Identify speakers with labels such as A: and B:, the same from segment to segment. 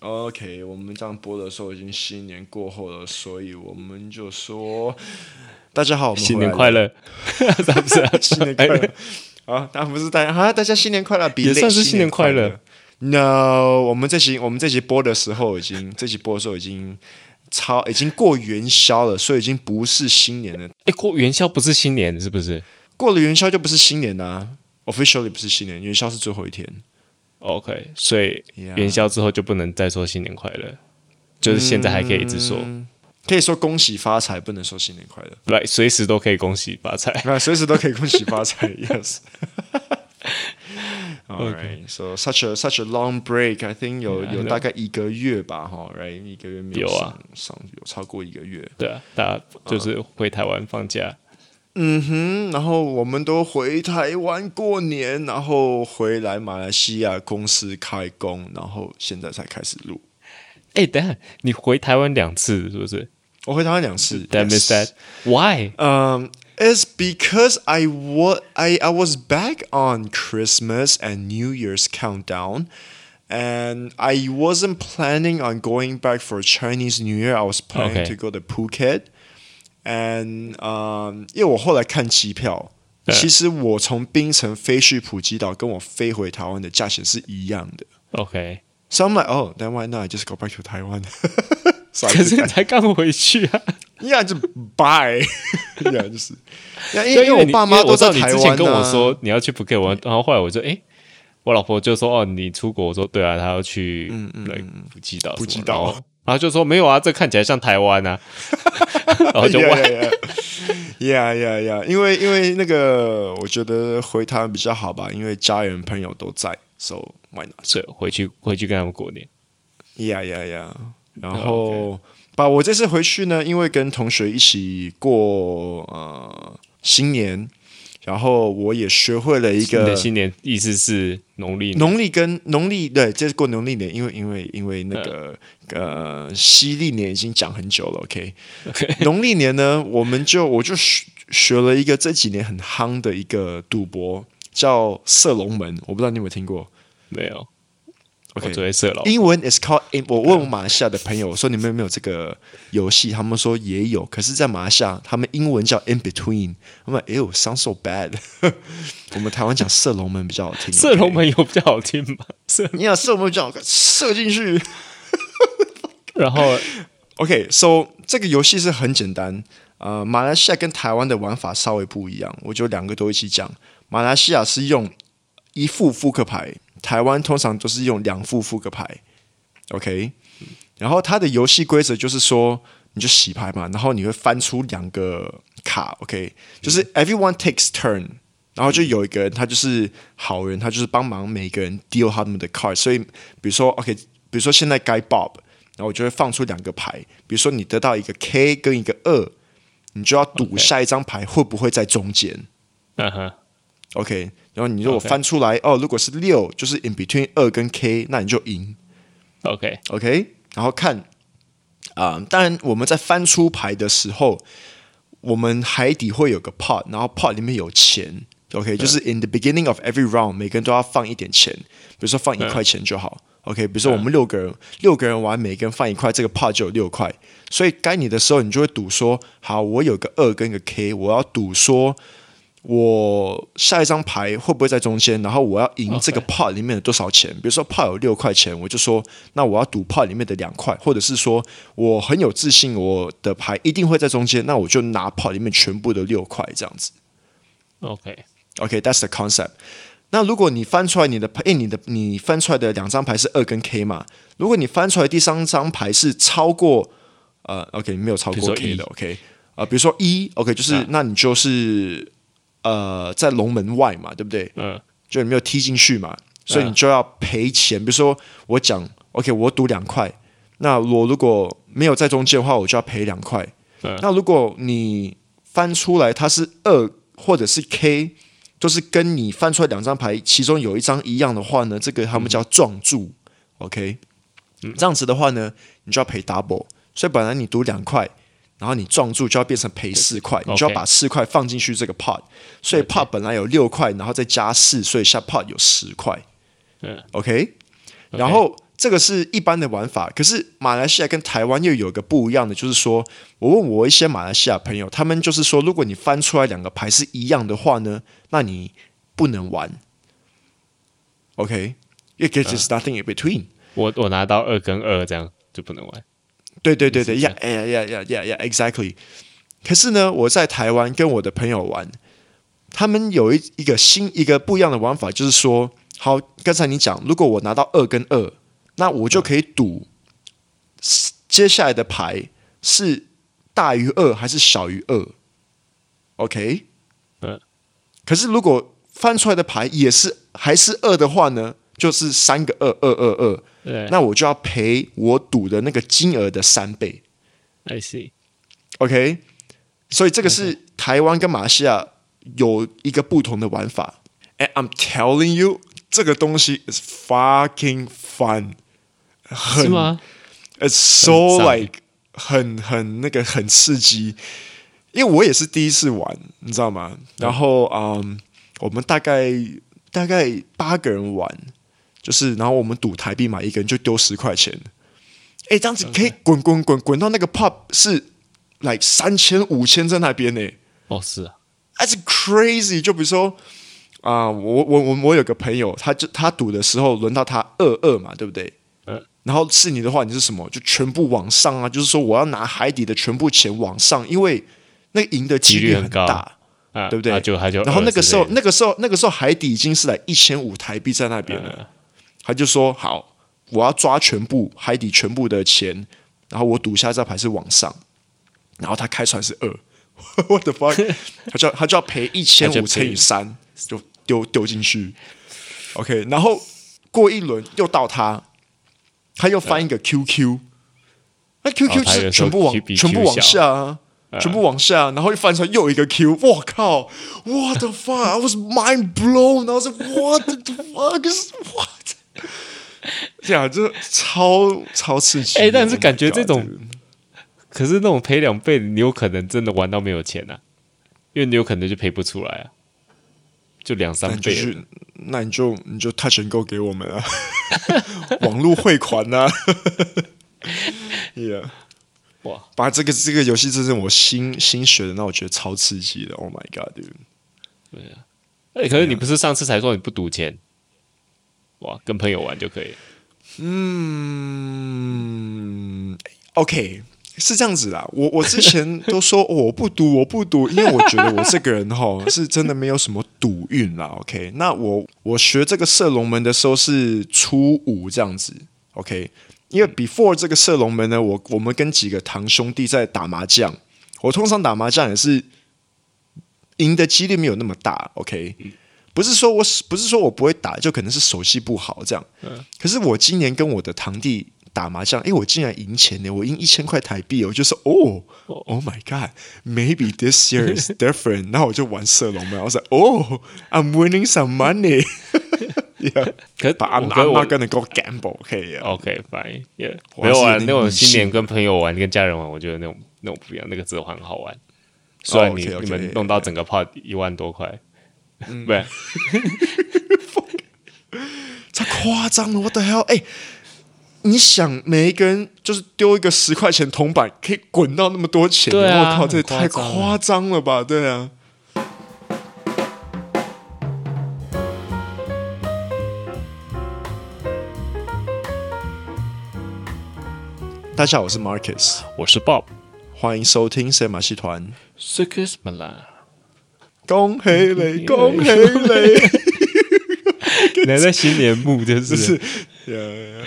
A: OK，我们这样播的时候已经新年过后了，所以我们就 说大家好，我们
B: 新年快
A: 乐，
B: 乐，是不是 啊？
A: 新年快乐。啊，当然不是大家啊，大家新年快乐，比
B: 也
A: 类
B: 算是
A: 新年
B: 新年
A: 乐
B: 快。
A: No，我们这集我们这集播的时候已经，这集播的时候已经超已经过元宵了，所以已经不是新年了。
B: 哎，过元宵不是新年，是不是
A: 过了元宵就不是新年啦、officially 不是新年，元宵是最后一天。
B: ？OK，所以
A: Yeah
B: 元宵之后就不能再说新年快乐，就是现在还可以一直说，
A: 嗯可以说恭喜发财，不能说新年快乐。
B: 来、随时都可以恭喜发 财。
A: 那随时都可以恭喜发财 ，yes。All right, so such a such a long break. I think 有
B: Yeah,
A: 有
B: I know.
A: 大概一个月吧，哈，right，一个月没
B: 有啊
A: 上，上有超过一个月。
B: 对啊，大家就是回台湾放假，
A: 嗯哼，然后我们都回台湾过年，然后回来马来西亚公司开工，然后现在才开始录。
B: 哎、等一下你回台湾两次是不是
A: 我回台湾两次
B: ？Did I miss
A: yes
B: that? Why?
A: Um, it's because I was I, I was back on Christmas and New Year's countdown, and I wasn't planning on going back for Chinese New Year. I was planning to
B: Okay.
A: go to Phuket, and um, 因为我后来看机票。
B: 嗯
A: 其实我从槟城飞去普吉岛，跟我飞回台湾的价钱是一样的。
B: OK，
A: So I'm like, oh, then why not I just go back to Taiwan? so
B: 可
A: I
B: 是
A: just,
B: 你才刚回去啊。
A: yeah, just buy. yeah, 就是，因为
B: 对，
A: 因为
B: 为
A: 我
B: 你
A: 爸
B: 因
A: 妈
B: 为
A: 都
B: 我知
A: 在
B: 道你
A: 台
B: 之
A: 湾、啊。
B: 前跟我 说你要去不给我，然后后来我就哎、诶我老婆就说哦，你出国，我说对啊，她要去嗯嗯，来普吉岛什么，
A: 普吉岛
B: 然后，然后就说没有啊，这看起来像台 湾啊，然后就
A: yeah,
B: 哇，
A: yeah, yeah, yeah, yeah, yeah. 因为因为那个，我觉得回台湾比较好吧，因为家人朋友都在，so why not？
B: 所以回去回去跟他们过年，
A: Yeah, yeah, yeah. 然
B: 哦
A: 后把我这次回去呢，因为跟同学一起过呃新年，然后我也学会了一
B: 你的
A: 个
B: 新年意思是农历
A: 农历跟农历对，这是过农历年，因为因为因为那个、呃西历年已经讲很久了，OK。
B: OK
A: 农历年呢，我们就我就学学了一个这几年很夯的一个赌博，叫射龙门，我不知道你有没有听过。
B: 没有，我
A: OK
B: 只会射了，
A: 英文 is called aim。我问我马来西亚的朋友，我说你们有没有这个游戏？他们说也有，可是，在马来西亚，他们英文叫 in between。我们哎呦，sound so bad。我们台湾讲射龙门比较好 听。
B: 射龙
A: OK
B: 门有比较好听吗？射，
A: 你想射我们讲射进去。
B: 然后
A: OK，so、这个游戏是很简单，呃，马来西亚跟台湾的玩法稍微不一样，我就两个都一起讲。马来西亚是用一副扑克牌，台湾通常都是用两副扑克牌。OK，然后它的游戏规则就是说，你就洗牌嘛，然后你会翻出两个卡，OK，就是 everyone takes turn，然后就有一个人他就是好人，他就是帮忙每个人 deal 他们的 card，所以比如说 OK，比如说现在该 Bob，然后我就会放出两个牌，比如说你得到一个 K 跟一个二，你就要赌
B: OK
A: 下一张牌会不会在中间。
B: 嗯哼
A: OK，然后你如果
B: OK
A: 翻出来哦，如果是六，就是 in between 二跟 K，那你就赢。
B: ，OK，
A: OK，然后看啊、当然我们在翻出牌的时候，我们海底会有个 pot，然后 pot 里面有钱。OK，就是 in the beginning of every round，每个人都要放一点钱，比如说放一块钱就好。OK，比如说我们六个人，六个人玩，每个人放一块，这个 pot 就有六块。所以该你的时候，你就会赌说，好，我有个二跟一个 K，我要赌说我下一张牌会不会在中间，然后我要赢这个 pot 里面的多少钱？比如说 pot 有六块钱，我就说那我要赌 pot 里面的两块，或者是说我很有自信，我的牌一定会在中间，那我就拿 pot 里面全部的六块这样子。
B: OK，
A: OK，that's、the concept。那如果你翻出来你的牌，诶，你的你翻出来的两张牌是二跟 K 嘛？如果你翻出来第三张牌是超过呃，OK，没有超
B: 比如
A: 过
B: 说
A: K
B: 一
A: 的，OK，呃，比如说一，OK，就是、那你就是呃在龙门外嘛，对不对？
B: 嗯，
A: 就你没有踢进去嘛，所以你就要赔钱。比如说我讲 OK，我赌两块，那我如果没有在中间的话，我就要赔两块。
B: 嗯
A: 那如果你翻出来它是二或者是 K，就是跟你翻出来两张牌，其中有一张一样的话呢，这个他们
B: 嗯
A: 叫撞注。OK，这样子的话呢，你就要赔 double。所以本来你赌两块，然后你撞注就要变成赔四块，你就要
B: OK
A: 把四块放进去这个 pot。所以 pot 本来有六块，然后再加四，所以下 pot 有十块。
B: 嗯
A: ，OK。然后这个是一般的玩法。可是马来西亚跟台湾又有一个不一样的，就是说我问我一些马来西亚朋友，他们就是说，如果你翻出来两个牌是一样的话呢，那你不能玩。OK，因为 there's nothing in between。
B: 我我拿到二跟二这样就不能玩。
A: 对对对对
B: 是这
A: 呀
B: 样
A: 哎呀呀呀呀，exactly。可是呢，我在台湾跟我的朋友玩，他们有一一个新一个不一样的玩法，就是说，好，刚才你讲，如果我拿到二跟二，那我就可以赌是接下来的牌是大于二还是小于二，OK？
B: 嗯，
A: 可是如果翻出来的牌也是还是二的话呢，就是三个二二二二，
B: 对
A: 那我就要赔我赌的那个金额的三倍。
B: ，I see。
A: OK，所以这个是台湾跟马来西亚有一个不同的玩法。And I'm telling you，这个东西 is fucking fun，
B: 是吗？
A: It's so
B: 很赞
A: like 很很那个很刺激，因为我也是第一次玩，你知道吗？然后嗯，我们大概大概八个人玩，就是然后我们赌台币嘛，一个人就丢十块钱。哎，这样子
B: 嗯
A: 可以滚滚滚滚到那个 pub 是 like 三千五千在那边呢、
B: 哦，是啊，
A: That's crazy！就比如说啊、我我我我有个朋友，他就他赌的时候轮到他二二嘛，对不对？
B: 嗯
A: 然后是你的话，你是什么？就全部往上啊！就是说，我要拿海底的全部钱往上，因为那个赢的几
B: 几率
A: 率
B: 很
A: 很
B: 高
A: 大，
B: 啊
A: 对不对？
B: 啊就他就
A: 然后那个时候
B: 二，之类的
A: 那个时候，那个时候海底已经是来一千五台币在那边了。
B: 嗯
A: 他就说：“好，我要抓全部海底全部的钱，然后我赌下这张牌是往上。”然后他开出来是二 ，what the fuck？他就要他就要赔一千
B: 他就
A: 五
B: 赔
A: 乘以三，就丢丢进去。OK，然后过一轮又到他，他又翻一个 QQ，那 QQ 就
B: 哦他
A: 是
B: 有时
A: 全
B: 候
A: 部往
B: Q 比 Q
A: 全部往
B: 小哎
A: 下啊，全部往下，然后又翻出来又一个 Q，我靠，what the fuck？I was mind blown，然后是 what the fuck is what？这样就是超超刺激的。
B: 哎但是
A: Oh my
B: 感觉
A: God，
B: 这种可是那种赔两倍，你有可能真的玩到没有钱啊，因为你有可能就赔不出来啊，就两三
A: 那就
B: 倍了。
A: 是，那你就你就 touch and go 给我们啊， 网络汇款呐、啊、，Yeah，
B: 哇，
A: 把这个这个游戏这是我新新学的，那我觉得超刺激的，Oh my god，dude，
B: 哎、可是你不是上次才说你不赌钱？哇，跟朋友玩就可以了。
A: 嗯，OK。是这样子啦，我我之前都说、哦我不赌， 我不赌，因为我觉得我这个人哈 是真的没有什么赌运啦。OK，那我我学这个射龙门的时候是初五这样子，OK，因为 before 这个射龙门呢，我我们跟几个堂兄弟在打麻将，我通常打麻将也是赢的几率没有那么大，OK，不是说我不是说我不会打，就可能是手气不好这样。可是我今年跟我的堂弟打麻将，诶，我竟然赢钱呢，我赢一千块台币，我就说哦，Oh my God，maybe this year is different。然后我就玩射龙门，我说哦，I'm winning some money 。Yeah,
B: 可是
A: but I'm
B: 我可是
A: I'm
B: 我
A: not gonna go gamble. Okay, yeah.
B: OK fine，、yeah.
A: 我
B: 没有
A: 还
B: 玩
A: 是有点
B: 那种新
A: 理性
B: 年跟朋友玩、跟家人玩，我觉得那种那种不一样，那个只很好玩。虽然你、
A: 哦 OK，OK，嗯
B: 你们弄到整个炮一万多块，不是
A: 太夸张了，What the hell？哎、你想每一个人就是丢一个十块钱铜板，可以滚到那么多钱，
B: 对啊
A: 我靠，这也太
B: 很夸张
A: 夸张了吧？对啊。大家好，我是 Marcus，
B: 我是 Bob
A: 欢迎收听赛马戏团。
B: Circus m a l a
A: 恭喜 你，恭喜你！
B: 你还在新年幕就是
A: 是，yeah, yeah, yeah.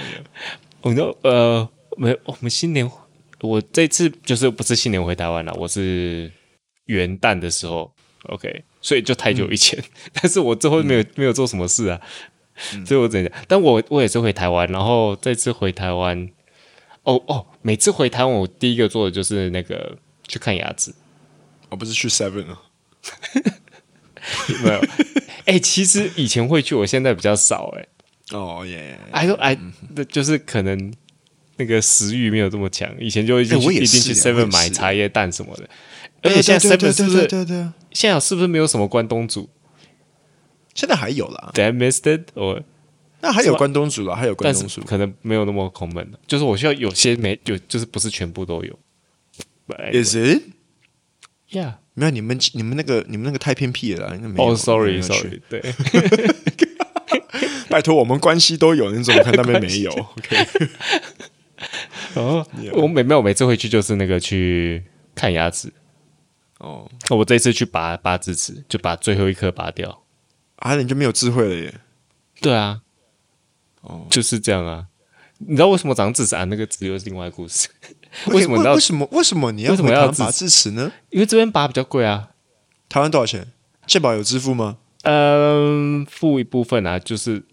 B: 我们就呃，没有，我们新年，我这次就是不是新年回台湾了，我是元旦的时候，OK，所以就太久以前， 但是我最后没有、没有做什么事啊， 所以我只能讲，但我我也是回台湾，然后这次回台湾，哦哦，每次回台湾我第一个做的就是那个去看牙齿，
A: 我不是去 Seven 啊。
B: 没有，哎、其实以前会去，我现在比较少、哎。
A: 哦耶！
B: I don't
A: 嗯
B: I，那就是可能那个食欲没有这么强，以前就一定
A: 哎我
B: 去
A: 也
B: 一定
A: 是
B: 去
A: 哎我也
B: Seven
A: 是
B: 买茶叶蛋什么的，而且现在
A: 哎对对对
B: Seven 是不
A: 对对
B: 是
A: 对对，
B: 现在是不是没有什么关东煮
A: 现在还有啦。
B: ？Did I missed it？or
A: 那还有关东煮啦，还有关
B: 但
A: 东
B: 是
A: 煮。
B: 可能没有那么空门的，就是我需要有些没有，就是不是全部都有。But
A: Is it？
B: yeah，
A: 没有，你们你们那个你们那个太偏僻了啦，那没有。
B: 哦
A: 没有去
B: ，sorry，sorry，对，
A: 拜托，我们关系都有，你怎么看那边没 有 ？OK，
B: 哦，我每没有每次回去就是那个去看牙齿，
A: 哦，
B: 我这次去拔拔智齿，就把最后一颗拔掉。
A: 啊，你就没有智慧了耶。
B: 对啊，
A: 哦，
B: 就是这样啊。你知道为什么长智齿啊？那个只又是另外一个 故事。为什么你知道
A: 为什么为什么你要
B: 为什么
A: 回
B: 要
A: 台湾
B: 自
A: 拔智齿呢？
B: 因为这边拔比较贵啊，
A: 台湾多少钱？健保有支付吗？
B: 嗯，付一部分啊，就是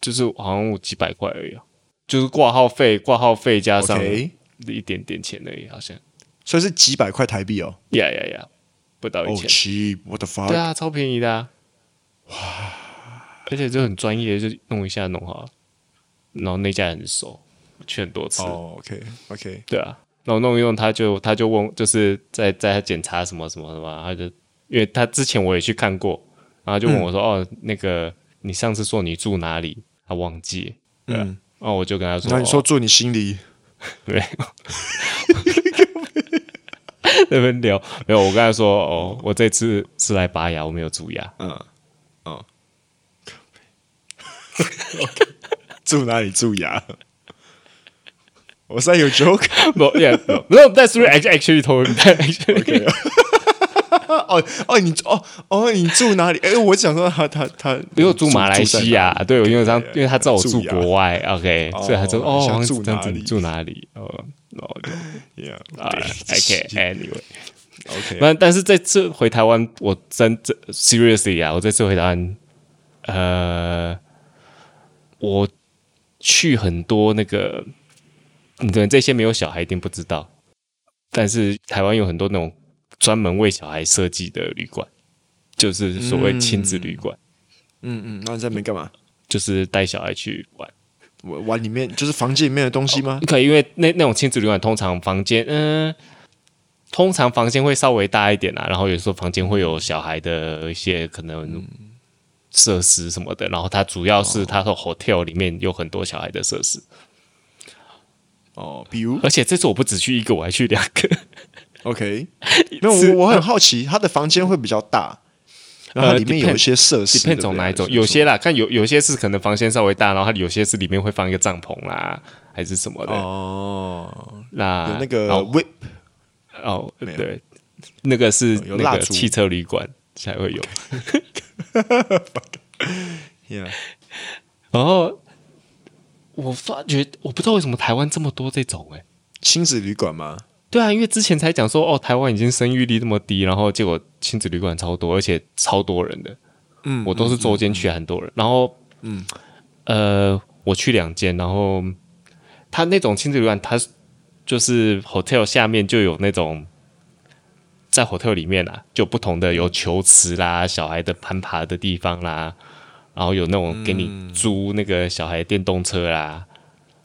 B: 就是好像几百块而已、啊，就是挂号费，挂号费加上
A: OK
B: 一点点钱而已，好像
A: 所以是几百块台币哦。
B: 呀呀呀，不到
A: 哦
B: 一千，
A: ，cheap，what the fuck？
B: 对啊，超便宜的、啊，哇！而且就很专业，就弄一下弄好了，然后那家人很熟，去很多次，
A: 哦，OK，OK，
B: 对啊，然后弄一弄，他就他就问，就是在在他检查什么什么什么，他就因为他之前我也去看过，然后就问
A: 嗯
B: 我说：“哦，那个你上次说你住哪里？”他忘记，对啊、
A: 嗯
B: 然后我就跟他说：“
A: 那你说
B: 哦、
A: 住你心里，
B: 对。” 那边聊没有，我跟他说哦，我这次是来拔牙，我没有蛀牙。
A: 嗯，哦住哪里蛀牙？Was that your joke？
B: No, yeah, no, no, that's r e a c t actually told me that actually.
A: 哦哦，你哦哦，你住哪里？哎，我想说他他他，
B: 因为我住马来西亚，对，我因为他因为他知道我住
A: 住牙
B: 国外，OK，
A: 哦
B: 所以他就哦，
A: 想
B: 王
A: 住
B: 子这样子
A: 哪里
B: 你住哪里？哦，然后 就啊
A: ，Yeah，OK
B: ，OK，Anyway，
A: OK，
B: 那但是这次回台湾，我真真 seriously 啊，我这次回台湾，呃，我去很多那个，你可能这些没有小孩一定不知道，但是台湾有很多那种专门为小孩设计的旅馆，就是所谓亲子旅馆，
A: 嗯嗯，那你在那边干嘛？
B: 就是带小孩去玩。
A: 玩玩里面就是房间里面的东西吗？
B: 可以，因为那那种亲子旅馆通常房间，嗯、通常房间会稍微大一点啊，然后有时候房间会有小孩的一些可能
A: 嗯
B: 设施什么的，然后它主要是它的 hotel 里面有很多小孩的设施，
A: 哦，比 如
B: 而且这次我不只去一个，我还去两个，
A: 啊 OK，没有我我很好奇，他的房间会比较大，然后
B: 呃
A: 它里面有一些设施，对
B: 看
A: 不
B: 从
A: 对
B: 哪一种，有些啦，看有有些是可能房间稍微大，然后它有些是里面会放一个帐篷啦，还是什么的，
A: 哦，有
B: 那
A: 那个
B: 然后
A: whip
B: 哦，
A: 有哦
B: 对，那个是
A: 有
B: 那
A: 蜡
B: 个
A: 烛
B: 汽车旅馆才会有。
A: yeah，
B: 然后我发觉，我不知道为什么台湾这么多这种哎、欸
A: 亲子旅馆吗？
B: 对啊，因为之前才讲说哦，台湾已经生育率那么低，然后结果亲子旅馆超多，而且超多人的。
A: 嗯
B: 我都是周间去，很多人。然后，嗯，呃，我去两间，然后他那种亲子旅馆，他就是 hotel 下面就有那种在 hotel 里面啊，就有不同的有球池啦、小孩的攀爬的地方啦，然后有那种给
A: 嗯
B: 你租那个小孩电动车啦。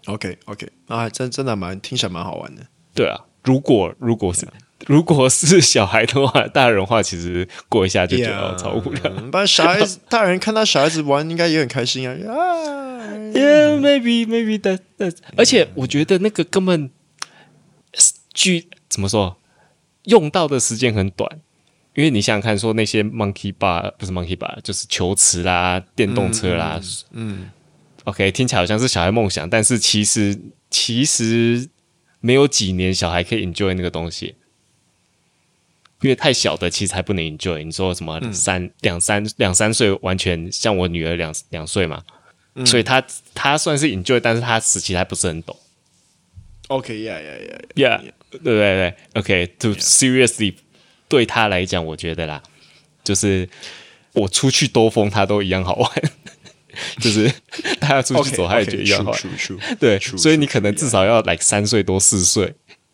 A: OK OK 啊，真真的蛮听起来蛮好玩的。
B: 对啊，如果如果是。如果是小孩的话，大人的话，其实过一下就觉得哦
A: Yeah，
B: 超无聊。
A: 嗯不然小孩 子大人看到小孩子玩，应该也很开心啊。
B: 嗯
A: 啊
B: Yeah, maybe, maybe that that。而且我觉得那个根本据怎么说，用到的时间很短，因为你想想看，说那些 monkey bar 不是 monkey bar，就是球池啦、电动车啦，嗯 o k 听起来好像是小孩梦想，但是其实其实没有几年小孩可以 enjoy 那个东西。因为太小的其实还不能 enjoy。你说什么三两三两三岁完全像我女儿两两岁嘛，所以他他算是 enjoy，但是他时期还不是很懂。
A: OK yeah yeah yeah，
B: Yeah，对对对，OK，to、seriously，对他来讲，我觉得啦，就是我出去兜风，他都一样好玩。 就是他要出去
A: OK，
B: 走，他也觉得一样好玩。
A: true，
B: 对，
A: true，
B: 所以
A: true，
B: 你可能至少要来三岁多四岁，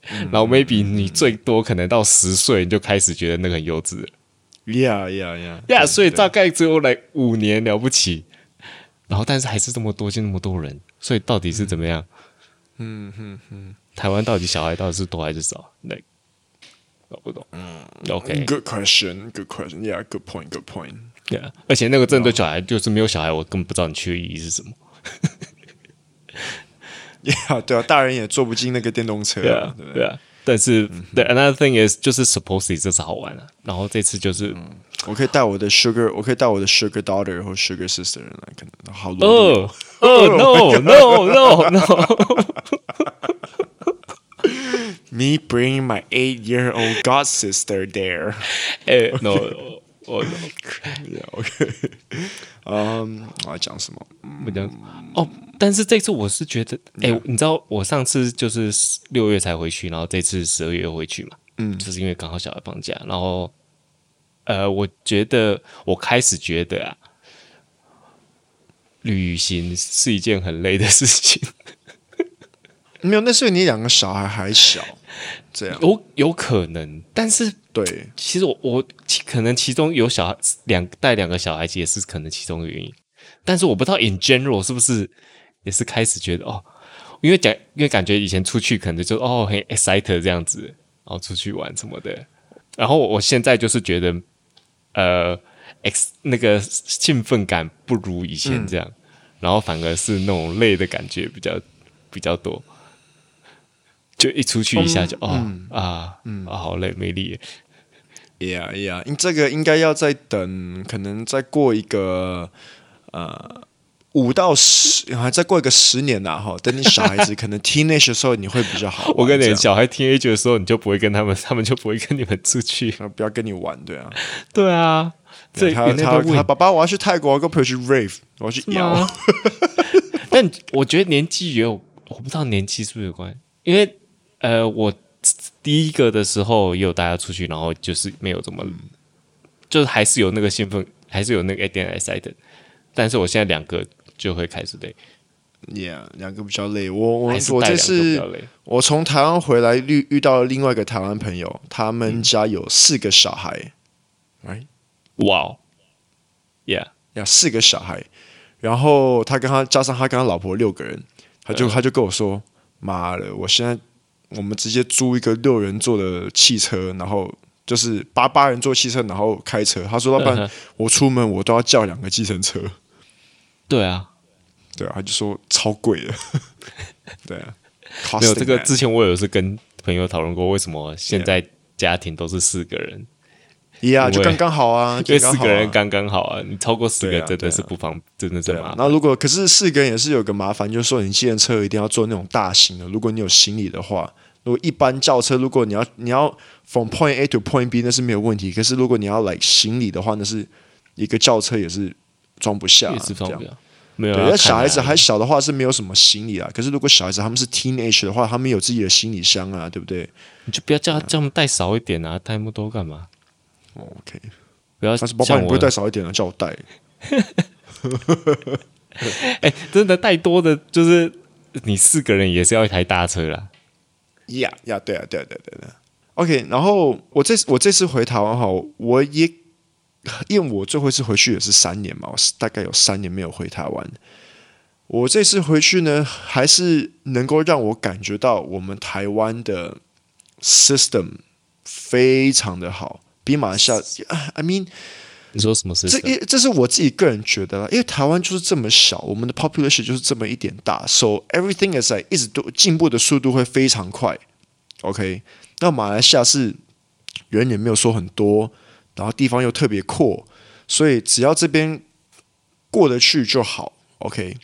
B: 然后 maybe 你最多可能到十岁，你就开始觉得那个很幼稚了。
A: yeah yeah yeah
B: 呀，所以大概只有来五年了不起，然后但是还是这么多，就那么多人，所以到底是怎么样？嗯嗯嗯，嗯台湾到底小孩到底是多还是少？那搞不懂。嗯，OK，
A: Good question, good question. Yeah, good point, good point.
B: 对啊，而且那个正对小孩就是没有小孩，我根本不知道你去的意义是什么。
A: Yeah，对啊，大人也坐不进那个电动车
B: 对
A: 啊
B: 啊，
A: 对不对
B: 对啊。但是对，another thing is 就是 supposedly 这次好玩啊，然后这次就是
A: 我可以带我的 sugar，我可以带我的 sugar daughter 或 sugar sister 来，可能好多、
B: 哦哦 no no no no，
A: Me bring my eight year old god sister there.
B: 哎 no，我
A: Yeah, OK. 嗯、我要讲什么？
B: 我讲哦，但是这次我是觉得，哎、你知道我上次就是六月才回去，然后这次十二月回去嘛，嗯，就是因为刚好小孩放假，然后呃，我觉得我开始觉得啊，旅行是一件很累的事情，
A: 没有，那是因为你两个小孩还小，这样
B: 有有可能，但是
A: 对
B: 其实我我其可能其中有小孩两带两个小孩也是可能其中的原因，但是我不知道 in general 是不是也是开始觉得哦，因为讲因为感觉以前出去可能就哦很 excited 这样子，然后出去玩什么的，然后我现在就是觉得呃 x 那个兴奋感不如以前这样，然后反而是那种累的感觉比较比较多。就一出去一下就、哦、啊、啊好累没力耶，
A: ，Yeah Yeah，因这个应该要再等，可能再过一个呃五到十，还再过一个十年啦哈。等你小孩 子可能 teenage 的时候，你会比较好玩。
B: 我跟你
A: 这
B: 讲，
A: 样，
B: 小孩听 A 的时候，你就不会跟他们， 他们就不会跟你们出去。
A: 然后不要跟你玩，对啊。
B: 对啊，这
A: 他他他爸爸，我要去泰国，我要跟朋友去 rave，我要去 摇。
B: 吗？但我觉得年纪也有，我不知道年纪是不是有关，因为呃，我第一个的时候也有带他出去，然后就是没有怎么，就是还是有那个兴奋，还是有那个一点 excited，但是我现在两个就会开始累，
A: Yeah，两个比较累。我我
B: 还是
A: 我这
B: 带两个比较
A: 次
B: 累。
A: 我从台湾回来遇遇到另外一个台湾朋友，他们家有四个小孩，哎、
B: 哇、哦 y e a h
A: 呀，四个小孩，然后他跟他加上他跟他老婆六个人，他
B: 嗯
A: 就、他就跟我说：“妈的，我现在我们直接租一个六人座的汽车，然后就是八八人坐汽车，然后开车。”他说：“老
B: 嗯
A: 板
B: 哼，
A: 我出门我都要叫两个计程车。”
B: 对啊，
A: 对啊，他就说超贵 的，对啊，
B: 没有这个
A: Costing
B: 之前我有是跟朋友讨论过，为什么现在家庭都是四个人？
A: Yeah，
B: 因为
A: 就刚刚好啊，
B: 因为
A: 就刚刚
B: 四
A: 好啊
B: 个人刚刚好啊，你超过四
A: 对
B: 个
A: 啊
B: 真的是不方，真的是
A: 对啊
B: 麻烦。
A: 那如果可是四个人也是有个麻烦，就是说你计程车一定要坐那种大型的，如果你有行李的话，如果一般轿车，如果你要你要 from point A to point B 那是没有问题，可是如果你要来行李的话，那是一个轿车也是装不下、
B: 也
A: 这
B: 是装
A: 样
B: 不。了，啊没有
A: 对，
B: 啊。
A: 那小孩子
B: 看来
A: 还小的话是没有什么行李啊，可是如果小孩子他们是 teenage 的话，他们有自己的行李箱啊，对不对
B: 你就不要叫他叫他们带少一点啊，带那么多干嘛？
A: 哦？OK，
B: 不要
A: 但是爸爸
B: 像
A: 你不会
B: 我
A: 带少一点啊，叫我带。
B: 哎，真的带多的，就是你四个人也是要一台大车啦。
A: 呀呀，对啊，对啊，对啊对啊对啊。OK，然后我这次我这次回台湾哈，我也因为我最后一次回去也是三年嘛，我是大概有三年没有回台湾。我这次回去呢，还是能够让我感觉到我们台湾的 system 非常的好，比马来西亚啊，I mean，
B: 你说什么事
A: 这
B: 情？
A: 一这是我自己个人觉得啦，因为台湾就是这么小，我们的 population 就是这么一点大，so everything is like 一直都进步的速度会非常快。OK，那马来西亚是人也没有说很多，然后地方又特别阔，所以只要这边过得去就好。OK，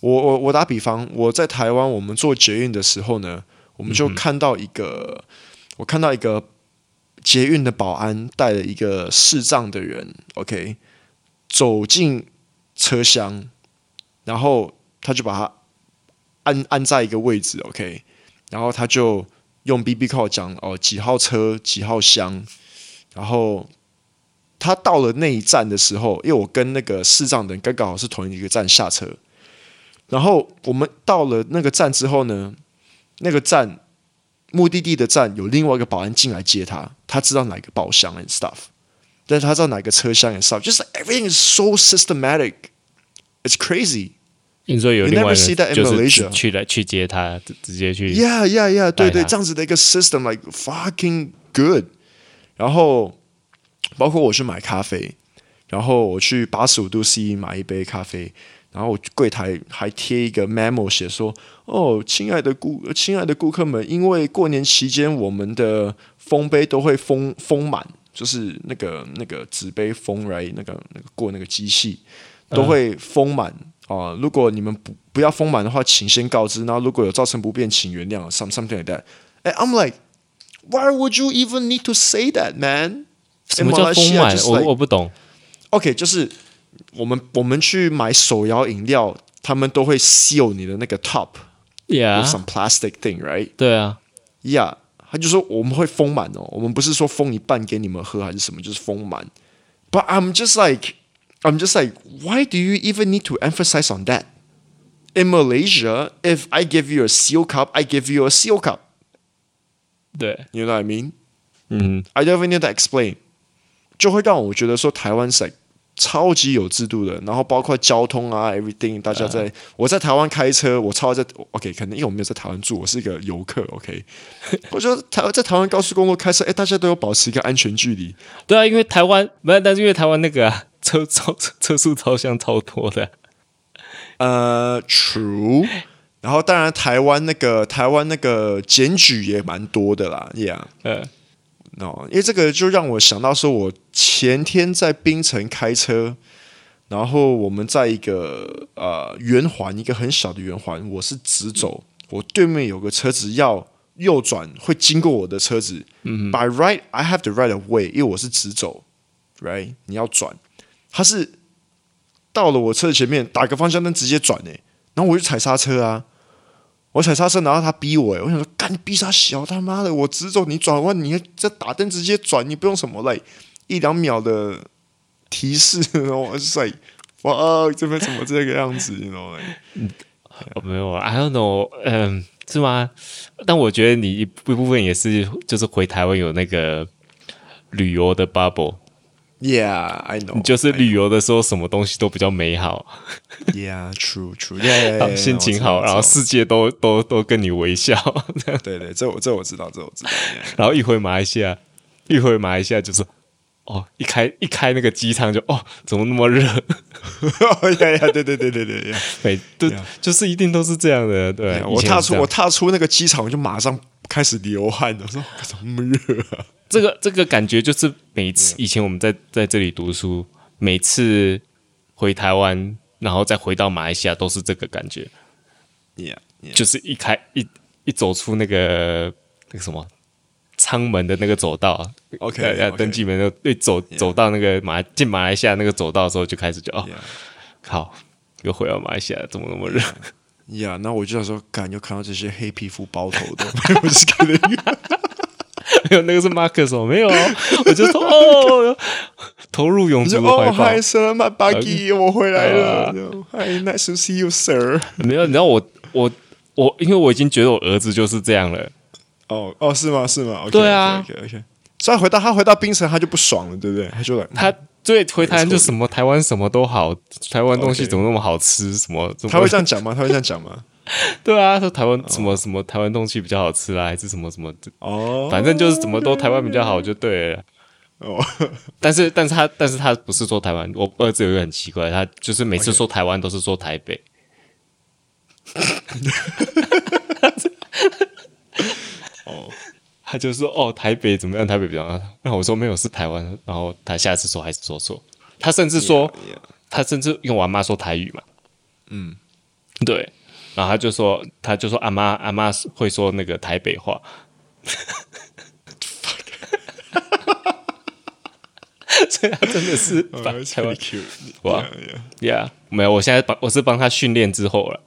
A: 我我我打比方，我在台湾我们做捷运的时候呢，我们就看到一个，我看到一个捷运的保安带了一个视障的人，OK，走进车厢，然后他就把他按按在一个位置，OK，然后他就用 BB call 讲哦几号车几号厢，然后他到了那一站的时候，因为我跟那个视障的人刚刚好是同一个站下车，然后我们到了那个站之后呢，那个站目的地的站有另外一个保安进来接他，他知道哪个包厢 and stuff，但是他知道哪个车厢 and stuff，就是 everything is so systematic，it's crazy。
B: 你说有
A: You
B: 另外
A: never see
B: 一
A: that
B: 个
A: in
B: 就是去
A: Malaysia
B: 去来去接他，直直接去
A: Yeah, yeah, yeah，对对，
B: 他
A: 这样子的一个 system like fucking good。然后包括我去买咖啡，然后我去八十五度 C E 买一杯咖啡，然后我柜台还贴一个 memo 写说，哦，亲爱的顾亲爱的顾客们，因为过年期间我们的丰杯都会封封满，就是那个那个纸杯封来那个那个过那个机器都
B: 嗯
A: 会封满。哦、如果你们不不要封满的话，请先告知。然后如果有造成不便，请原谅。Some something like that. And I'm like, why would you even need to say that, man?
B: 什么叫丰满
A: In Malaysia,？just
B: 我
A: like-
B: 我不懂。
A: OK，就是我们我们去买手摇饮料，他们都会 seal 你的那个 top with
B: Yeah，
A: some plastic thing, right?
B: 对啊，
A: Yeah，他就说我们会封满哦，我们不是说封一半给你们喝还是什么，就是封满。But I'm just like, I'm just like, why do you even need to emphasize on that? In Malaysia, if I give you a seal cup, I give you a seal cup.
B: 对，
A: You know what I mean?
B: 嗯
A: I don't even need to explain，就会让我觉得说台湾是超级有制度的，然后包括交通啊，everything，大家在、我在台湾开车，我超在 OK，可能因为我没有在台湾住，我是一个游客，OK，我觉得台在台湾高速公路开车，哎，大家都有保持一个安全距离，
B: 哼，对啊，因为台湾没有，但是因为台湾那个啊， 车超车速超像超多的，
A: 呃，true，然后当然台湾那个台湾那个检举也蛮多的啦，Yeah。
B: 呃，
A: 哦，因为这个就让我想到说，我前天在槟城开车，然后我们在一个呃圆环，一个很小的圆环，我是直走，我对面有个车子要右转，会经过我的车子。嗯、By right, I have the right of way，因为我是直走，right？你要转，他是到了我车前面打个方向灯直接转诶、欸然后我就踩刹车啊。我踩刹车，然后他逼我、欸，我想说，干你逼他小他妈的，我直走你转弯，你这打灯直接转，你不用什么嘞，一两秒的提示，然后我是 like，哇，这边怎么这个样子，你知道吗？
B: 哦没有啊，I don't know，嗯，是吗？但我觉得你一部一部分也是，就是回台湾有那个旅游的 bubble，
A: Yeah，I know，
B: 就是旅游的时候什么东西都比较美好，
A: Yeah，true，true，yeah，
B: 心情好，然后世界都都都跟你微笑，
A: 对对，这我这我知道，这我知道。
B: 然后一回马来西亚，一回马来西亚就是。哦，一开一开那个机舱就哦，怎么那么热？
A: 呀呀，对对对对对
B: 每都
A: Yeah
B: 就是一定都是这样的，对。以
A: 我
B: 前
A: 踏
B: 是
A: 出
B: 这样
A: 我踏出那个机场，我就马上开始流汗了，说 怎么那么热啊？
B: 这个这个感觉就是每次
A: 嗯
B: 以前我们在在这里读书，每次回台湾，然后再回到马来西亚，都是这个感觉，
A: Yeah，
B: 就是一开一一走出那个那个什么舱门的那个走道
A: OK，
B: 要要
A: OK
B: 登记门那个一走走到那个马进马来西亚那个走道的时候，就开始就哦
A: Yeah
B: 靠，又回到马来西亚，怎么那么热？
A: 呀，那我就想说，干又看到这些黑皮肤包头的， 我 是可能
B: 没有那个是 Marcus 哦，没有哦，我就说哦， 投入永
A: 就
B: 族的怀
A: 哦
B: 抱。
A: ，Hi sir, my buggy，我 回来了
B: 啊
A: 这样，Hi, nice to see you, sir。
B: 没有，你知道我我我，因为我已经觉得我儿子就是这样了。
A: 哦哦，是吗？是吗？
B: 对啊
A: ，OK OK。所以他回到他回到槟城，他就不爽了，对不对？他 就来，
B: 他对回台湾就
A: Yes,
B: 什么台湾什么都好，台湾东西
A: OK
B: 怎么那么好吃？什么怎么
A: 他会哦这样讲吗？他会这样讲 吗？
B: 对啊，说台湾什么什么台湾东西比较好吃啊啦，还是什么什么，
A: 哦，
B: 反正就是怎么都台湾比较好就对了。
A: 哦，
B: 但是但是他但是他不是说台湾，我儿子有一个很奇怪，他就是每次说台湾都是说台北。
A: 哦
B: 他就说哦，台北怎么样？台北比较好。那我说没有，是台湾。然后他下次说还是说错。他甚至说
A: Yeah, yeah.
B: 他甚至因为我阿妈说台语嘛，嗯，对。然后他就说，他就说阿妈阿妈会说那个台北话。 所以他真的是把
A: ，It's
B: 台湾
A: pretty cute。
B: 哇
A: Yeah, yeah.
B: ，Yeah，没有，我现在帮我是帮他训练之后了，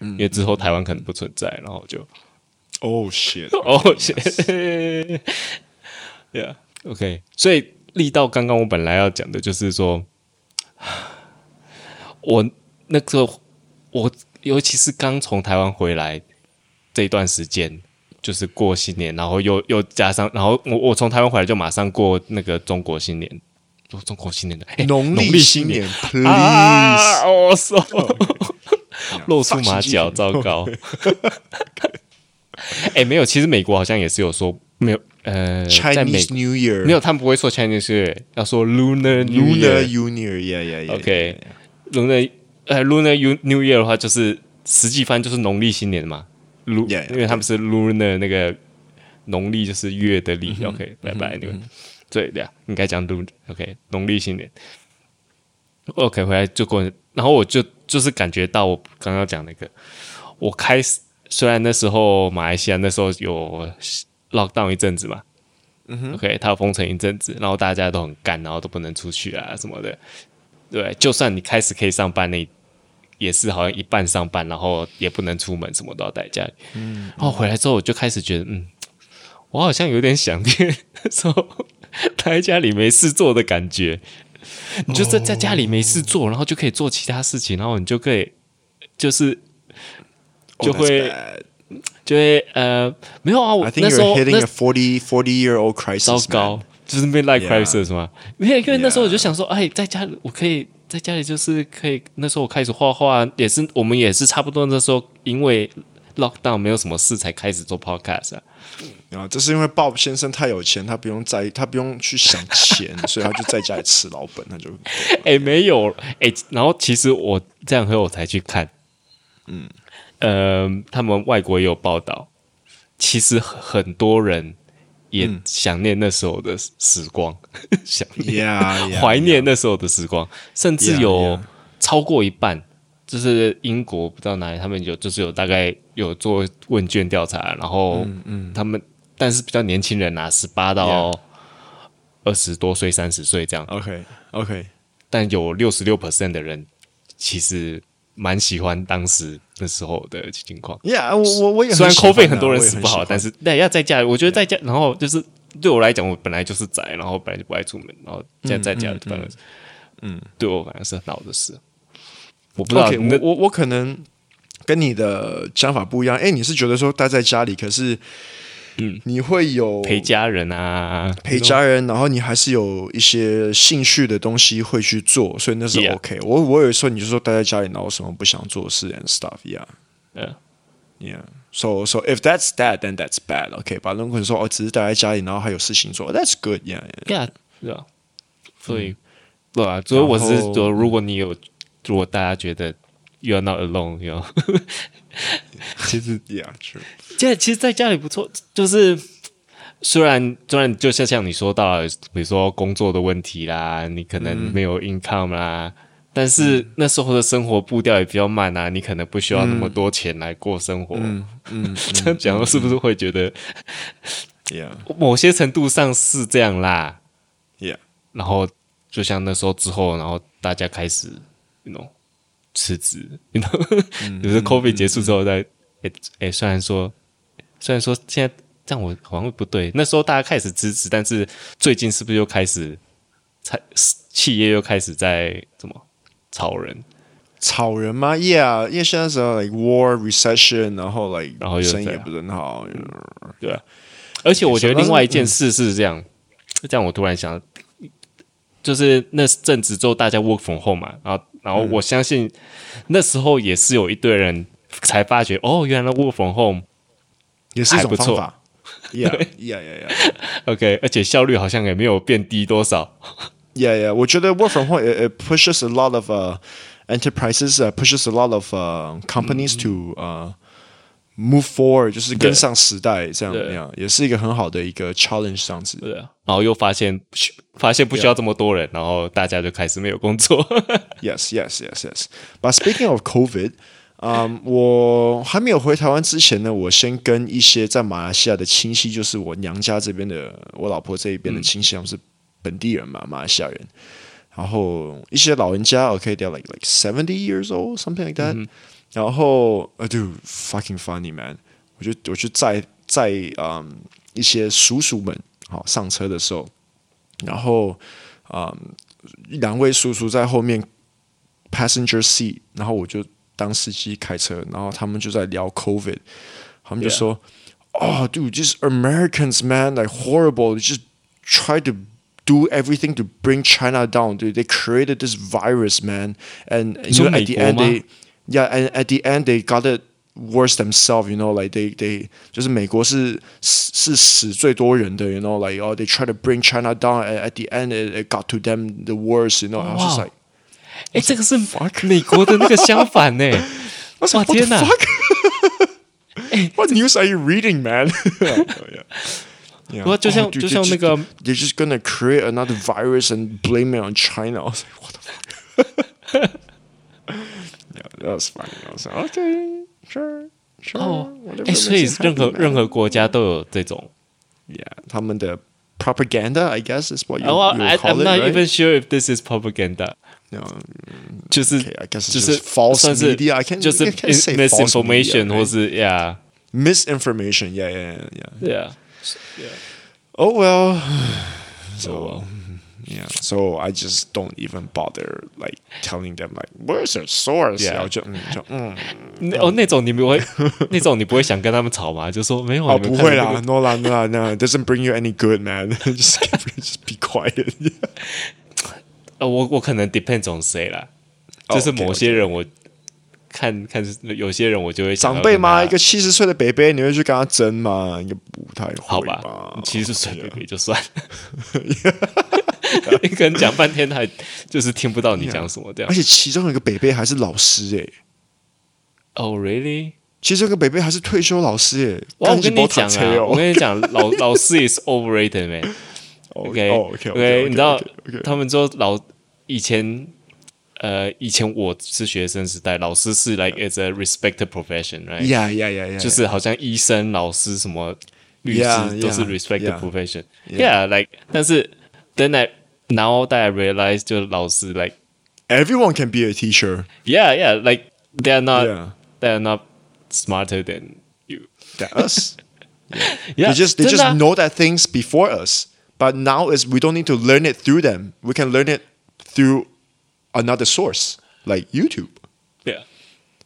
B: 因为之后台湾可能不存在，然后我就
A: Oh shit.
B: 哦，Yeah，OK，所以力到刚刚我本来要讲的就是说，我那个我尤其是刚从台湾回来这一段时间，就是过新年，然后又又加上，然后我我从台湾回来就马上过那个中国新年，中中国新年的 哎
A: 农
B: 农
A: 历
B: 新
A: 新年，please，
B: 啊，我说露出
A: Fuck
B: 马
A: 习
B: 脚，
A: 近平
B: 糟糕。哎，没有，其实美国好像也是有说没有， 呃，在美
A: Chinese New Year，
B: 没有，他们不会说 Chinese，New Year，要说 Lunar New
A: Lunar
B: Year。
A: New Year，yeah yeah yeah。
B: OK，Lunar 呃，Lunar U- New Year 的话，就是实际翻就是农历新年嘛。Lu
A: Yeah, yeah,
B: 因为他们是 Lunar 那个农历就是月的历。OK，拜拜，那个对对啊，应该讲 Lun。OK，农历新年。OK，回来就过年，然后我就就是感觉到我刚刚讲那个，我开始虽然那时候马来西亚那时候有 lockdown 一阵子嘛。OK，它有封城一阵子，然后大家都很干，然后都不能出去啊什么的。对，就算你开始可以上班，那也是好像一半上班，然后也不能出门，什么都要待在家里。嗯，然后回来之后，我就开始觉得，嗯，我好像有点想念 那时候待在家里没事做的感觉。你就在在家里没事做，然后就可以做其他事情，然后你就可以就是就
A: Oh, that's
B: 会
A: bad.
B: 就会呃没有啊，我
A: I
B: 那
A: think
B: 时
A: you're
B: 候
A: hitting
B: 那
A: a 40 40 year old crisis.
B: 糟
A: man.
B: 糕，就是 midlife
A: Yeah.
B: crisis 嘛。没有，因为
A: Yeah.
B: 那时候我就想说，哎，在家里我可以在家里就是可以。那时候我开始画画，也是我们也是差不多那时候，因为 lockdown 没有什么事才开始做 podcast 啊。
A: 啊，这是因为 Bob 先生太有钱，他不用在，他不用去想 钱，所以他就在家里吃老本，他就
B: 哎，没有，哎，然后其实我这样后我才去看，嗯，呃，他们外国也有报道，其实很多人也
A: 嗯
B: 想念那时候的时光， 想念。
A: yeah, yeah
B: 怀念那时候的时光，甚至
A: Yeah,
B: 有
A: yeah.
B: 超过一半，就是英国不知道哪里，他们有就是有大概有做问卷调查，然后
A: 嗯
B: 他们但是比较年轻人啊，十八到二十多岁、三十岁这样，
A: OK OK，
B: 但有六十六 percent 的人其实蛮喜欢当时那时候的情况。
A: yeah，我我我也很
B: 虽然
A: 喜欢
B: COVID
A: 啊
B: 很多人
A: 我也
B: 死
A: 很
B: 不
A: 喜
B: 好，
A: 欢
B: 但是但要在家，我觉得在家，然后就是对我来讲，我本来就是宅，然后本来就不爱出门，然后现在在家
A: 嗯
B: 里反而，嗯，对我反而是很好的事。我不知道
A: OK，
B: 你的
A: 我我我可能跟你的想法不一样。哎，你是觉得说待在家里，可是嗯，你会有
B: 陪家人啊，
A: 陪家人，然后你还是有一些兴趣的东西会去做，所以那是
B: Yeah.
A: OK 我我有时候你就说待在家里，然后什么不想做的事 and stuff yeah。
B: 呃，
A: Yeah. So so if that's that, then that's bad. OK，把人可能说哦，只是待在家里，然后还有事情做，That's good. Yeah. yeah.
B: 对啊，对啊，所以对啊，所以我是
A: 嗯然后
B: 说，如果你有，如果大家觉得 you're not alone，you know，其 实
A: Yeah. True.
B: 现在其实在家里不错，就是虽然虽然就像像你说到的，比如说工作的问题啦，你可能没有 income 啦，但是那时候的生活步调也比较慢啊，你可能不需要那么多钱来过生活。 这样讲是不是会觉得
A: Yeah.
B: 某些程度上是这样啦？
A: Yeah.
B: 然后就像那时候之后，然后大家开始，you know，辞职，you know，就是 COVID 结束之后再，诶诶，虽然说，虽然说现在这样我好像不对，那时候大家开始辞职，但是最近是不是又开始，才企业又开始在怎么炒人，
A: 吵人吗？Yeah，因为现在是 like war recession，然后 like
B: 然后又
A: 生意
B: 这
A: 也
B: 样
A: 不是很好。
B: 对啊。而且我觉得
A: 想到
B: 另外一件事是这样，这样我突然想，就是那阵子之后大家 work from home 嘛，然后然后我相信那时候也是有一堆人才发觉，哦，原来 work from home，OK，、
A: 也是一
B: 还
A: 种
B: 不错
A: 方 法。Yeah，yeah，yeah，yeah，yeah
B: OK，而且效率好像也没有变低多少。
A: yeah。我觉得 work from home it, it pushes a lot of uh, enterprises, uh, pushes a lot of uh, companies to uh, move forward，就是跟上时代这样
B: 对
A: 那样，也是一个很好的一个 challenge 这样子。
B: 对啊，然后又发现发现不需要这么多人，然后大家就开始没有工作。
A: Yes, yes, yes, yes. But speaking of COVID，嗯、我还没有回台湾之前呢，我先跟一些在马来西亚的亲戚，就是我娘家这边的，我老婆这一边的亲戚，他们是本地人嘛，马来西亚人。然后一些老人家，OK，they're、like like seventy years old, something like that、然后呃，dude, fucking funny man，我就我就载载嗯、一些叔叔们，好上车的时候，然后嗯两位叔叔在后面 passenger seat，然后我就当司机开车，然后他们就在聊 COVID，他们就说。oh dude just americans man like horrible They just try to do everything to bring china down dude they created this virus man and you know, at the end
B: 美国吗？
A: they yeah and at the end they got it worse themselves you know like they they 就是美国是是死最多人的 you know like oh they try to bring china down and at the end it, it got to them the worst you know i was just
B: Wow.
A: like
B: 哎，这个是美国的那个相反呢、
A: 我想
B: 哇天哪
A: w What news are you reading, man? Oh, yeah. Yeah.
B: 不过就像
A: Oh, dude,
B: 就像
A: they're
B: 那
A: just-
B: 个
A: they're just gonna create another virus and blame it on China. I was like, what the fuck? yeah, that was funny. I was like, okay, sure, sure.
B: 哦
A: whatever，
B: 哎，
A: makes
B: 所以
A: you
B: 任
A: happy,
B: 何
A: man.
B: 任何国家都有这种。
A: yeah, 他们的 propaganda, I guess is what you,
B: Oh,
A: you
B: I,
A: would call
B: I'm
A: it,
B: not
A: right?
B: even sure if this is propaganda，
A: no,
B: 就是、
A: okay, I guess it's
B: 就
A: just
B: 是
A: false
B: 算是
A: media. I can't-
B: 就是
A: I can't say false
B: misinformation
A: media,
B: 或是 yeah
A: misinformation. Yeah, yeah, yeah, yeah.
B: yeah
A: Oh well. So
B: Oh,
A: yeah. So I just don't even bother like telling them like where's their source?
B: Yeah.
A: 然后就嗯就嗯
B: 那哦那种你不会那种你不会想跟他们吵吗？就说没有啊，
A: 哦
B: 你
A: 不
B: 们看
A: 会
B: 这
A: 啦
B: 个
A: ，no 啦 no 啦 no it doesn't bring you any good man just just be quiet
B: 呃，我我可能 depends on 谁啦，
A: 哦
B: 就是
A: ，OK，
B: 某些人我看看有些人我就会想要
A: 长辈嘛
B: 跟
A: 一
B: 他
A: 个七十岁的北北你会去跟他争吗应该不太会
B: 好吧，
A: 吧
B: 你其实随便比就算 了，你可能讲半天他还就是听不到你讲什么这样
A: 而。且其中有一个北北还是老师诶
B: 哦 really？
A: 其实这个北北还是退休老师诶
B: 哇
A: 干
B: 我跟
A: 是
B: 你
A: 没读
B: 讲
A: 册
B: 啊，
A: 哦
B: 哦 我跟你讲，老 老师也是 overrated man。
A: 哦
B: OK
A: 哦 OK OK
B: 你知道
A: OK
B: 他们说老以前呃以前我是学生时代，老师是 like it's a respected profession，right？
A: yeah yeah yeah yeah
B: 就是好像医生、老师什么律
A: Yeah,
B: 师都是
A: yeah,
B: respected
A: yeah.
B: profession。Yeah，like 但是 then I now that I realize 就是老师 like
A: everyone can be a teacher
B: yeah yeah like they are not
A: Yeah.
B: they are not smarter than you。
A: than us.
B: Yeah，
A: They just they
B: 真
A: just
B: 的啊
A: know that things before us. But now is we don't need to learn it through them. We can learn it through another source like YouTube.
B: Yeah，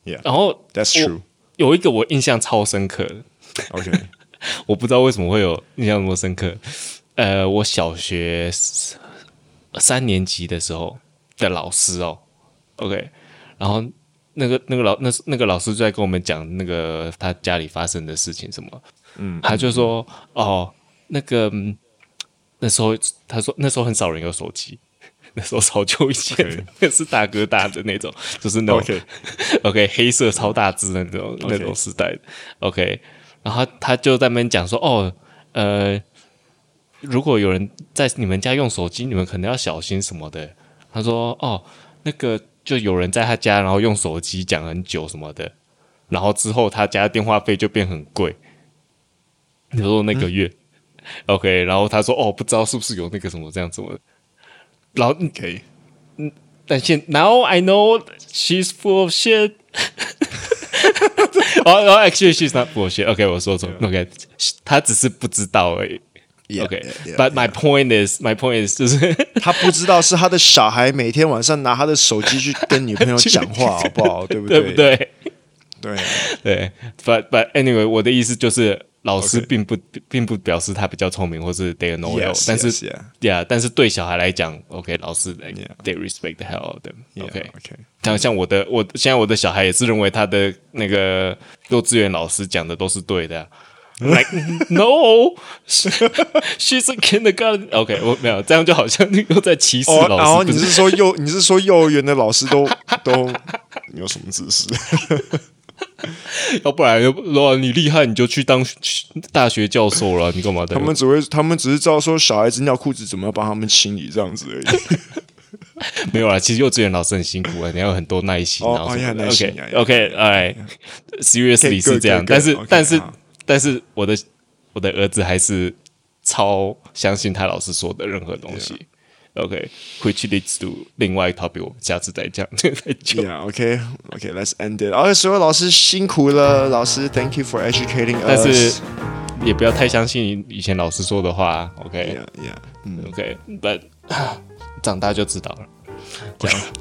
A: Yeah.
B: 然后
A: That's
B: 我
A: true.
B: 有一个我印象超深刻的，
A: Okay.
B: 我不知道为什么会有印象那么深刻。呃，我小学三三年级的时候的老师哦，OK，然后那个那个老那那个老师就在跟我们讲那个他家里发生的事情什么，嗯，他就说哦，那个嗯那时候他说那时候很少人有手机。那时候超久以前的
A: OK
B: 那 是大哥大的那种，就是那种
A: OK
B: OK，黑色超大只的那种那种时代的 OK，然后他他就在那边讲说，哦，呃，如果有人在你们家用手机，你们可能要小心什么的。他说，哦，那个就有人在他家，然后用手机讲很久什么的，然后之后他家电话费就变很贵，你说那个月、OK，然后他说，哦，不知道是不是有那个什么这样子的，然后嗯
A: Okay.
B: 但现 now I know she's full of shit 哦。哦、a c t u a l l y she's not full of shit. OK，我说错。OK，她只是不知道而已。
A: Yeah, yeah, yeah,
B: OK，but my point is, my point is 就是
A: 他不知道是他的小孩每天晚上拿他的手机去跟女朋友讲话， 好不好？对不
B: 对
A: 对
B: 不对？
A: 对
B: 对，but but anyway，我的意思就是老师并不并不表示他比较聪明或是 they know well，
A: Yes,
B: 但是
A: yes,
B: yeah，但是对小孩来讲，OK，老师 like,
A: Yeah.
B: they respect the hell of them。
A: Yeah,
B: OK。
A: OK，
B: 像像我的，我现在我的小孩也是认为他的那个幼稚园老师讲的都是 对的啊。Like no, she's a kindergarten. OK，我没有这样就好像又在歧视
A: 哦，然
B: 老
A: 后
B: 师。不
A: 你
B: 是
A: 是说幼 你是说幼儿园的老师都 都有什么知识？
B: 哦要不然又如果你厉害，你就去当去大学教授了，你干嘛的？
A: 他们只会他们只是知道说小孩子尿裤子怎么样帮他们清理这样子而已。
B: 没有啦，其实幼稚园老师很辛苦啊，你要有很多耐心，
A: 哦
B: 然后
A: 哦
B: 什
A: 要
B: 么的
A: 耐心
B: OK
A: 要
B: OK，哎，Seriously
A: Okay, good,
B: 是这样，
A: good, good.
B: 但是
A: Okay,
B: 但是
A: 好
B: 但是我的我的儿子还是超相信他老师说的任何东西。OK，which leads to 另外一个 topic，我们下次再 讲，再讲。
A: Yeah, okay, okay, let's end it. 啊，所有老师辛苦了，老师，Thank you for educating us.
B: 但是也不要太相信以前老师说的话。啊
A: ，Yeah, yeah, mm, 嗯
B: OK，OK，but 长大就知道了。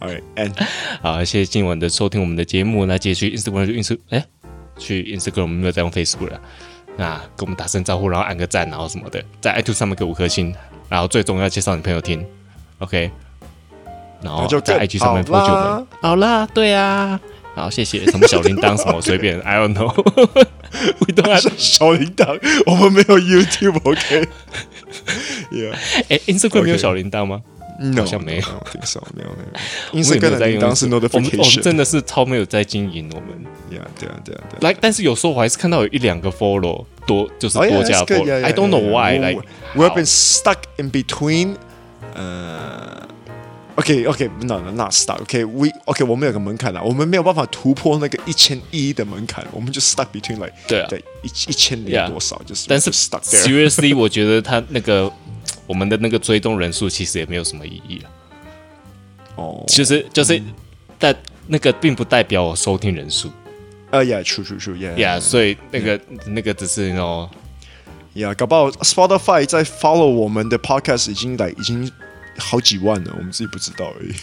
A: all right, and
B: 好，谢谢今晚的收听我们的节目。那记得去 Instagram 去 Inst 哎，去 Instagram 我们没有在用 Facebook 了。那跟我们打声招呼，然后按个赞，然后什么的，在 iTunes 上面给五颗星，然后最重要介绍你朋友听，OK。然后
A: 那就更
B: 在 IG 上面
A: 好啦
B: follow 我们，好啦，对啊，好，谢谢，什么小铃铛什 么随便，I don't know，we don't have
A: 小铃铛， 我们没有 YouTube，OK，Yeah，
B: 哎，Instagram 没有
A: OK
B: 小铃铛吗？好像没有
A: no, I don't think so，没有没有。
B: 我们也没有
A: Instagram
B: 在
A: 的
B: 用
A: 铃铛是
B: Instagram 我们我们
A: notification，
B: 真的是超没有在经营我们。
A: 呀，对啊对啊对啊。
B: 来，但是有时候我还是看到有一两个 follow 多，就是
A: 哦
B: 多
A: Oh, ，yeah，
B: 加
A: that's good，yeah，yeah，
B: follow。I don't know
A: yeah，yeah，
B: why，
A: yeah，
B: like
A: we have
B: how
A: been stuck in between，呃，OK OK，no no not stuck。OK，we OK，我们有个门槛啦，我们没有办法突破那个一千一的门槛，我们就 stuck between like
B: 对啊
A: 一一千零
B: Yeah
A: 多少，就是
B: 但是
A: just stuck there。
B: seriously，我 觉得他那个我们的那个追踪人数其实也没有什么意义啊。
A: 哦，
B: 就是就是，但那个并不代表我收听人数
A: 呃，yeah，true true true，yeah
B: 呀，所以那个那个只是哦，
A: yeah，搞不好 Spotify 在 follow 我们的 podcast 已经来已经好几万了，我们自己不知道而已。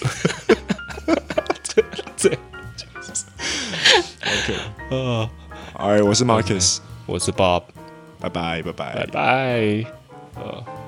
B: 这
A: OK，
B: 呃，
A: all right，我是 Marcus，
B: 我是 Bob，
A: 拜拜拜拜
B: 拜。拜，呃。